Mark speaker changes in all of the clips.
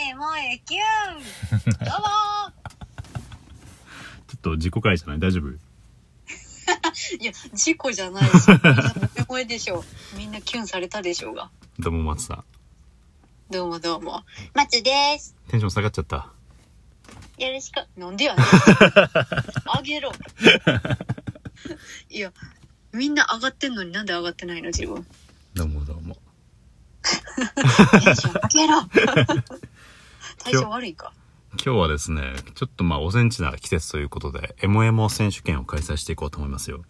Speaker 1: イキュンどうも
Speaker 2: ちょっと自己会じゃない大丈夫
Speaker 1: いや、事故じゃないですよ。みんな萌え萌えでしょう。みんなキュンされたでしょうが。
Speaker 2: どうも松田
Speaker 1: どうもどうも。松です。
Speaker 2: テンション下がっちゃった
Speaker 1: よろしく。なんでやねん。あげろ。いや、みんな上がってんのになんで上がってないの自分。
Speaker 2: どうもどうも
Speaker 1: テンション上げろ。体調悪いか。
Speaker 2: 今日はですねちょっとまあおセンチな季節ということでエモエモ選手権を開催していこうと思いますよ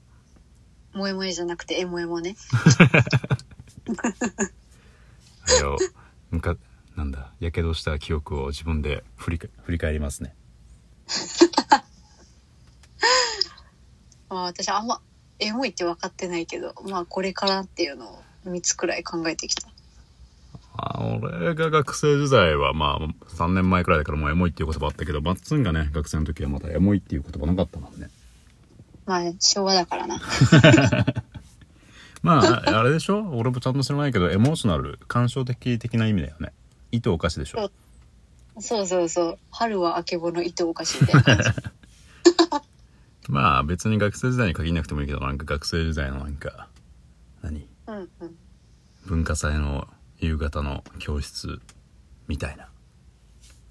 Speaker 1: 萌え萌えじゃなくてエモエモね。
Speaker 2: あれを むかなんだやけどした記憶を自分で振りか振り返りますね
Speaker 1: まあ私あんまエモいって分かってないけど、まあこれからっていうのを3つくらい考えてきた。
Speaker 2: あ俺が学生時代はまあ3年前くらいだからもうエモいっていう言葉あったけどマッツンがね学生の時はまたエモいっていう言葉なかったもんね
Speaker 1: まあ昭和だからな。
Speaker 2: まあああれでしょ俺もちゃんと知らないけどエモーショナル感傷的的な意味だよね意図おかしでしょ
Speaker 1: そうそうそう。春はあけぼの糸おかしいみたいな感じ。
Speaker 2: まあ別に学生時代に限らなくてもいいけどなんか学生時代のなんか何
Speaker 1: うんうん。
Speaker 2: 文化祭の夕方の教室みたいな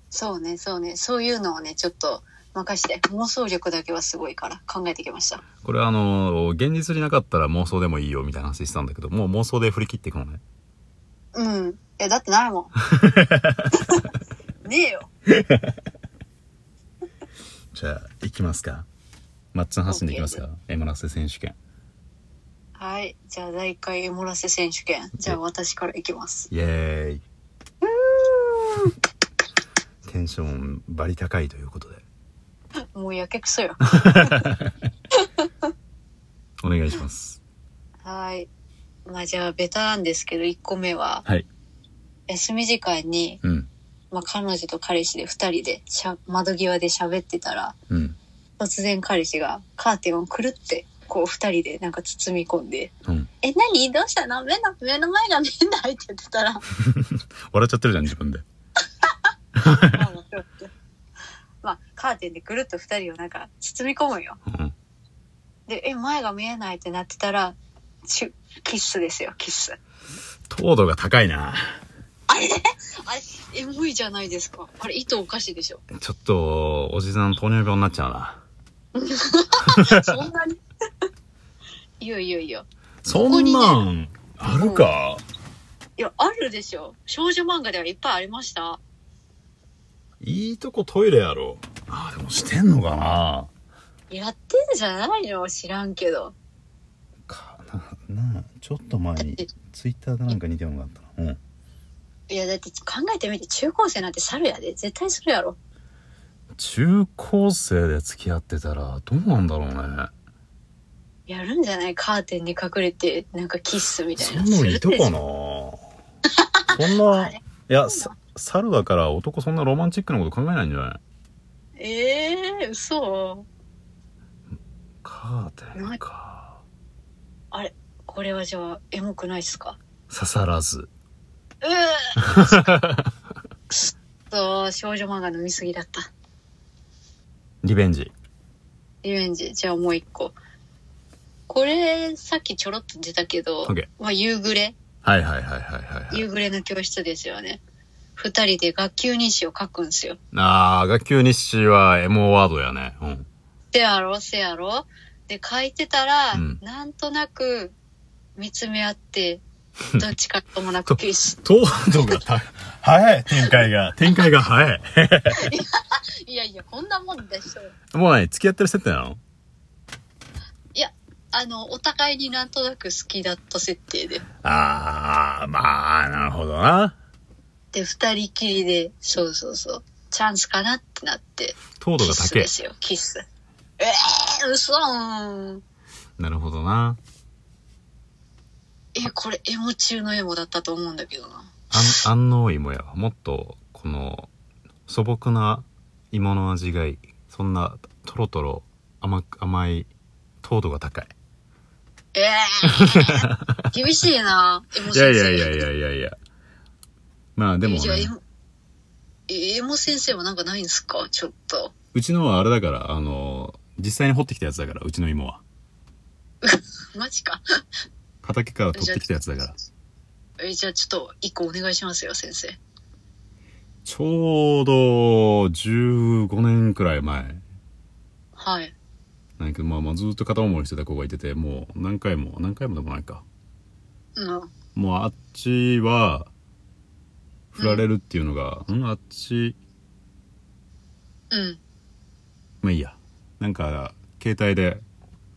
Speaker 1: そうね、そうね。そういうのをね、ちょっと任して。妄想力だけはすごいから考えてきました。
Speaker 2: これはあの現実になかったら妄想でもいいよみたいな話してたんだけどもう妄想で振り切っていくのね
Speaker 1: うん。いや、だってないもん。ねえよ。
Speaker 2: じゃあ行きますかマッツン発信でいきますかエモラセ選手権
Speaker 1: はい。じゃあ、第1回エモラセ選手権。じゃあ、私からいきます。
Speaker 2: イエーイテンションバリ高いということで
Speaker 1: もうやけくそよ。
Speaker 2: お願いします
Speaker 1: はい。まあ、じゃあ、ベタなんですけど、1個目は、
Speaker 2: はい
Speaker 1: 休み時間に、
Speaker 2: うん
Speaker 1: まあ、彼女と彼氏で2人でしゃ、窓際で喋ってたら、
Speaker 2: うん
Speaker 1: 突然彼氏がカーテンをくるって、こう二人でなんか包み込んで、
Speaker 2: うん
Speaker 1: え、何どうしたの目の、目の前が見えないって言って たら、ま
Speaker 2: 笑っちゃってるじゃん自分で
Speaker 1: あ面白くてまあ、カーテンでくるっと二人をなんか包み込むよ。
Speaker 2: うん
Speaker 1: で、え、前が見えないってなってたら、チュ、キッスですよ、キッス。
Speaker 2: 糖度が高いな
Speaker 1: あれあれ、エモいじゃないですか。あれ、糸おかしいで しょ。
Speaker 2: ちょっとおじさん糖尿病になっちゃうな
Speaker 1: そんなに いやいやいや。
Speaker 2: そ
Speaker 1: こにね
Speaker 2: んなんあるか、
Speaker 1: いや、あるでしょ。少女漫画ではいっぱいありました。
Speaker 2: いいとこトイレやろあーでもしてんのかな
Speaker 1: やってんじゃないの知らんけど。
Speaker 2: かななあちょっと前
Speaker 1: だっ
Speaker 2: に
Speaker 1: て
Speaker 2: ツイッターでなんか似てるのがあったなうん
Speaker 1: いやだって考えてみて中高生なんて猿やで絶対するやろ
Speaker 2: 中高生で付き合ってたらどうなんだろうね
Speaker 1: やるんじゃないカーテンに隠れてなんかキッスみたい
Speaker 2: そ
Speaker 1: な
Speaker 2: ういうのいとかな そんな
Speaker 1: あ
Speaker 2: い
Speaker 1: れ
Speaker 2: やさ猿だから男そんなロマンチックなこと考えないんじゃない
Speaker 1: ええー、嘘
Speaker 2: カーテ
Speaker 1: な
Speaker 2: ン
Speaker 1: い
Speaker 2: か
Speaker 1: これはじゃあエモくないっすか
Speaker 2: 刺さらず
Speaker 1: うー そう少女漫画の見過ぎだった
Speaker 2: リベンジ
Speaker 1: リベンジじゃあもう一個これさっきちょろっと出たけど、
Speaker 2: OK
Speaker 1: まあ夕暮れ
Speaker 2: はいはいはいはいはい、はい、
Speaker 1: 夕暮れの教室ですよね二人で学級日誌を書くんすよ
Speaker 2: ああ学級日誌はエモワードやねうん
Speaker 1: せやろせやろで書いてたら、
Speaker 2: うん
Speaker 1: なんとなく見つめ合 ってどっちかともなくキス
Speaker 2: 糖度が高い早い展開が展開が早い
Speaker 1: いやいやこんなもんでしょ
Speaker 2: もう何付き合ってる設定なの
Speaker 1: あのお互いになんとなく好きだった設定で
Speaker 2: ああまあなるほどな
Speaker 1: で二人きりでそうそうそうチャンスかなってなって
Speaker 2: 糖度
Speaker 1: キ
Speaker 2: が
Speaker 1: ス
Speaker 2: 高い
Speaker 1: ですよキスえー、嘘ーん
Speaker 2: なるほどな
Speaker 1: えこれエモ中のエモだったと思うんだけどな
Speaker 2: あん安納芋やわもっとこの素朴な芋の味がいいそんなトロトロ甘く甘い糖度が高い
Speaker 1: え ー、厳しいなエモ
Speaker 2: いやいやいやいやいやいやまあでも
Speaker 1: いや
Speaker 2: ね
Speaker 1: エモえ、エモ先生はなんかないんすかちょっと。
Speaker 2: うちのはあれだから、あの、実際に掘ってきたやつだから、うちの芋は。
Speaker 1: マジか。
Speaker 2: 畑から取ってきたやつだから。
Speaker 1: え、じゃあちょっと一個お願いしますよ、先生。
Speaker 2: ちょうど、15年くらい前。
Speaker 1: はい。
Speaker 2: なんかまあまあずっと片思いしてた子がいてて、もう何回も、何回もでもないか。
Speaker 1: うん。
Speaker 2: もうあっちは、振られるっていうのが、うん、あっち、
Speaker 1: うん。
Speaker 2: まあいいや。なんか、携帯で、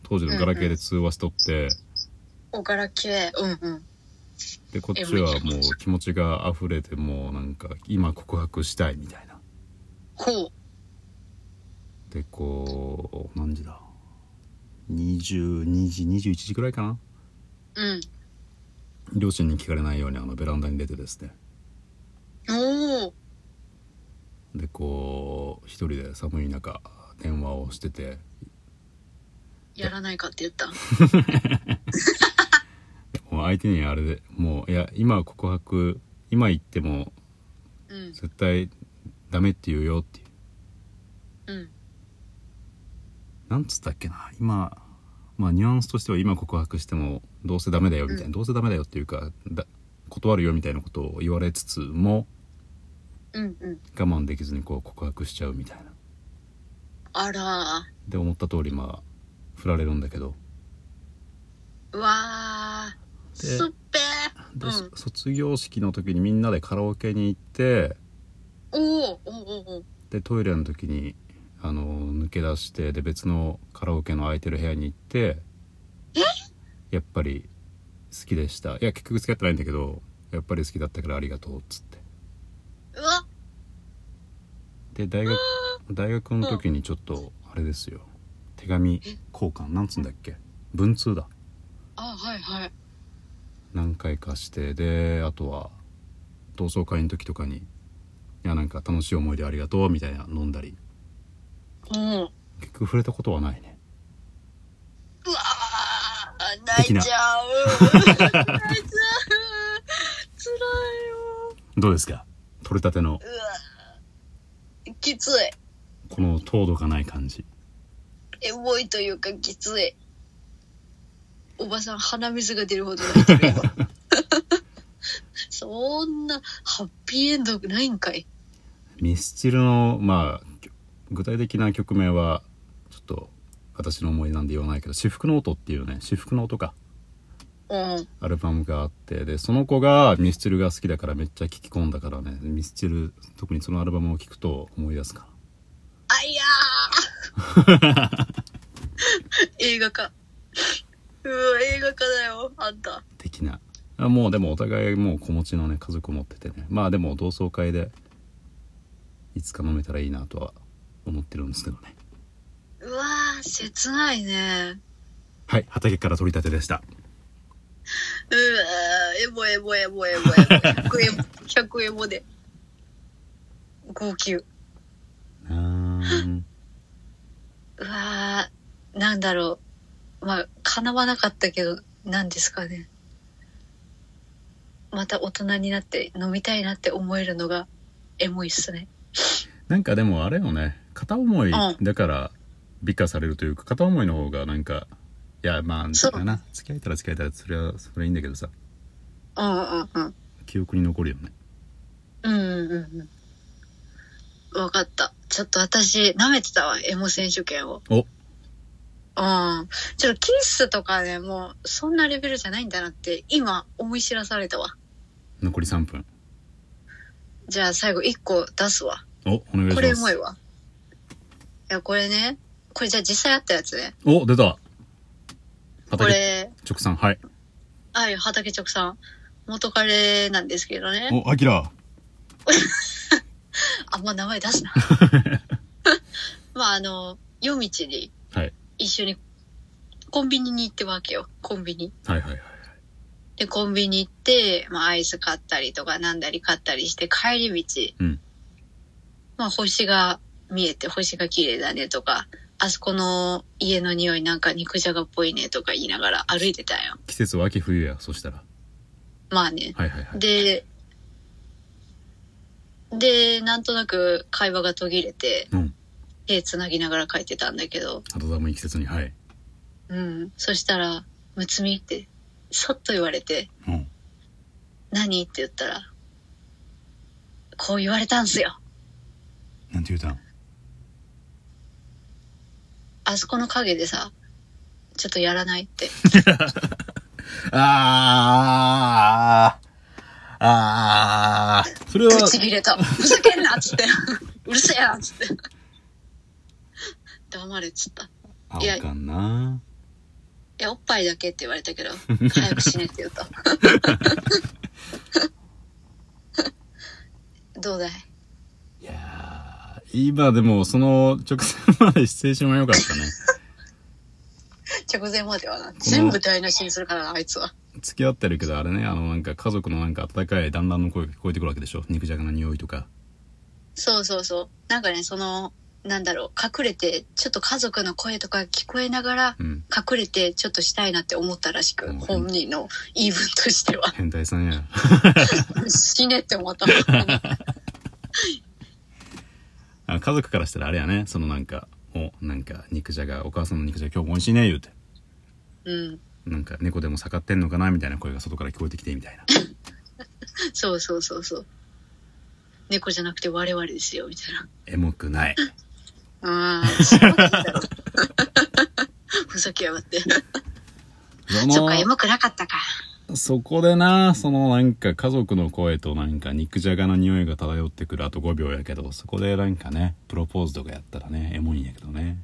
Speaker 2: 当時のガラケーで通話しとって、
Speaker 1: おからけ。うんうん。
Speaker 2: で、こっちはもう気持ちが溢れて、もうなんか、今告白したいみたいな。
Speaker 1: ほう。
Speaker 2: で、こう、何時だ ?22 時、21時くらいかな
Speaker 1: うん。
Speaker 2: 両親に聞かれないようにあのベランダに出てですね。
Speaker 1: おお。
Speaker 2: で、こう、一人で寒い中、電話をしてて、
Speaker 1: やらないかって言った。
Speaker 2: もう相手にあれで、もう、いや、今告白、今言っても
Speaker 1: うん。
Speaker 2: 絶対ダメって言うよっていう。
Speaker 1: うん。
Speaker 2: なんつったっけな今まあニュアンスとしては今告白してもどうせダメだよみたいな、
Speaker 1: うん
Speaker 2: どうせダメだよっていうかだ断るよみたいなことを言われつつも
Speaker 1: うんうん。
Speaker 2: 我慢できずにこう告白しちゃうみたいな
Speaker 1: あら
Speaker 2: で思った通りまあ振られるんだけど
Speaker 1: ー。うわー。
Speaker 2: です
Speaker 1: っぺ
Speaker 2: で、
Speaker 1: うん
Speaker 2: そ卒業式の時にみんなでカラオケに行って
Speaker 1: ー。おーおーおーおー
Speaker 2: でトイレの時にあの抜け出してで別のカラオケの空いてる部屋に行ってやっぱり好きでしたいや結局付き合ってないんだけどやっぱり好きだったからありがとうっつって
Speaker 1: うわ。
Speaker 2: で大学大学の時にちょっとあれですよ手紙交換なんつうんだっけ文通だ
Speaker 1: あ、はいはい。
Speaker 2: 何回かしてであとは同窓会の時とかにいやなんか楽しい思い出ありがとうみたいな飲んだり
Speaker 1: うん。
Speaker 2: 結局触れたことはないね
Speaker 1: うわー泣いちゃう泣いちゃう辛いよ
Speaker 2: どうですか取れたての
Speaker 1: うわきつい
Speaker 2: この糖度がない感じ
Speaker 1: エモいというかきついおばさん鼻水が出るほど泣いてるよ そんなハッピーエンドないんかい
Speaker 2: ミスチルのまあきょ具体的な曲名はちょっと私の思いなんで言わないけど「私服の音」っていうね私服の音か
Speaker 1: うん
Speaker 2: アルバムがあってでその子がミスチルが好きだからめっちゃ聴き込んだからねミスチル特にそのアルバムを聴くと思い出すか
Speaker 1: あいやー映画化うわ映画化だよあんた
Speaker 2: ら的なあもうでもお互いもう子持ちのね家族を持っててねまあでも同窓会でいつか飲めたらいいなとは思ってるんですけどね
Speaker 1: うわー切ないね
Speaker 2: はい畑から取り立てでした
Speaker 1: うーエモエモエモエモエモ。100エモ、100エモで。号泣。う
Speaker 2: うーん
Speaker 1: わー、なんだろう。まあ、叶わなかったけど、なんですかね。また大人になって飲みたいなって思えるのがエモいっすね。
Speaker 2: なんかでもあれよね片思い
Speaker 1: うん
Speaker 2: だから美化されるというか片思いの方がなんかいやまあなん
Speaker 1: そう
Speaker 2: だな付き合えたら付き合えたらそれはそれはいいんだけどさ
Speaker 1: うんうんうん。
Speaker 2: 記憶に残るよね
Speaker 1: うんうんうんうん。わかった。ちょっと私、舐めてたわ、エモ選手権を。
Speaker 2: お
Speaker 1: うん。ちょっとキッスとかね、もう、そんなレベルじゃないんだなって、今、思い知らされたわ。
Speaker 2: 残り3分
Speaker 1: じゃあ最後一個出すわ。
Speaker 2: おお願いします
Speaker 1: これエモいわ。いや、これね。これじゃあ実際あったやつね。
Speaker 2: お出た
Speaker 1: こ
Speaker 2: 畑
Speaker 1: れ、
Speaker 2: 直さんはい
Speaker 1: はい、畑直さん。元カレなんですけどね。
Speaker 2: おアキラ
Speaker 1: あんま名前出 すな。まああの、夜道に
Speaker 2: はい
Speaker 1: 一緒にコンビニに行ってわけよ。コンビニ。
Speaker 2: はいはいはい
Speaker 1: で、コンビニ行って、まあ、アイス買ったりとか、なんだり買ったりして、帰り道、
Speaker 2: うん
Speaker 1: まあ、星が見えて、星が綺麗だねとか、あそこの家の匂いなんか肉じゃがっぽいねとか言いながら歩いてたんよ。
Speaker 2: 季節は秋冬やそしたら
Speaker 1: まあね。
Speaker 2: はいはいはい
Speaker 1: で、で、なんとなく会話が途切れて、
Speaker 2: うん
Speaker 1: 手繋ぎながら書いてたんだけど、
Speaker 2: 肌寒い季節にはい
Speaker 1: うん。そしたら、むつみって、そっと言われて、
Speaker 2: うん
Speaker 1: 何って言ったら、こう言われたんすよ。
Speaker 2: なんて言うたん
Speaker 1: あそこの影でさ、ちょっとやらないって。
Speaker 2: あーあーそれは
Speaker 1: ぶち切れた。ふざけんなっつって。うるせえなっつって。黙れっつった。い
Speaker 2: あ
Speaker 1: いや
Speaker 2: かんな
Speaker 1: や、おっぱいだけって言われたけど、早く死ねって言うと。どうだい
Speaker 2: いやー今でもその直前までシチュエーションは良かったね
Speaker 1: 直前まではな。全部台無しにするからな、あいつは。
Speaker 2: 付き合ってるけどあれねあのなんか家族のなんか温かいだんだんの声が聞こえてくるわけでしょ肉じゃがの匂いとか
Speaker 1: そうそうそう。なんかね、その、なんだろう、隠れて、ちょっと家族の声とか聞こえながら、
Speaker 2: うん
Speaker 1: 隠れてちょっとしたいなって思ったらしく、
Speaker 2: うん
Speaker 1: 本人の言い分として は。
Speaker 2: 変態さんや
Speaker 1: 死ねって思ったもん。
Speaker 2: あ家族からしたらあれやねそのなんかおなんか肉じゃがお母さんの肉じゃが今日も美味しいね言うて
Speaker 1: うん。
Speaker 2: なんか猫でも盛ってんのかなみたいな声が外から聞こえてきてみたいな
Speaker 1: そうそうそうそう。猫じゃなくて我々ですよ、みたいな。
Speaker 2: エモくない
Speaker 1: ああ、そうなんだろう。ふざけやがって。
Speaker 2: そ
Speaker 1: そっか、エモくなかったか。
Speaker 2: そこでなそのなんか家族の声となんか肉じゃがの匂いが漂ってくるあと5秒やけどそこでなんかねプロポーズとかやったらねエモいんやけどね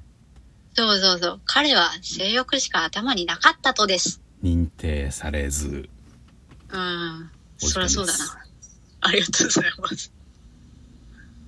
Speaker 1: そうそうそう。彼は性欲しか頭になかったとです。
Speaker 2: 認定されず
Speaker 1: うん。
Speaker 2: お
Speaker 1: そ
Speaker 2: 時間
Speaker 1: りゃ
Speaker 2: です
Speaker 1: そうだな。ありがとうございます。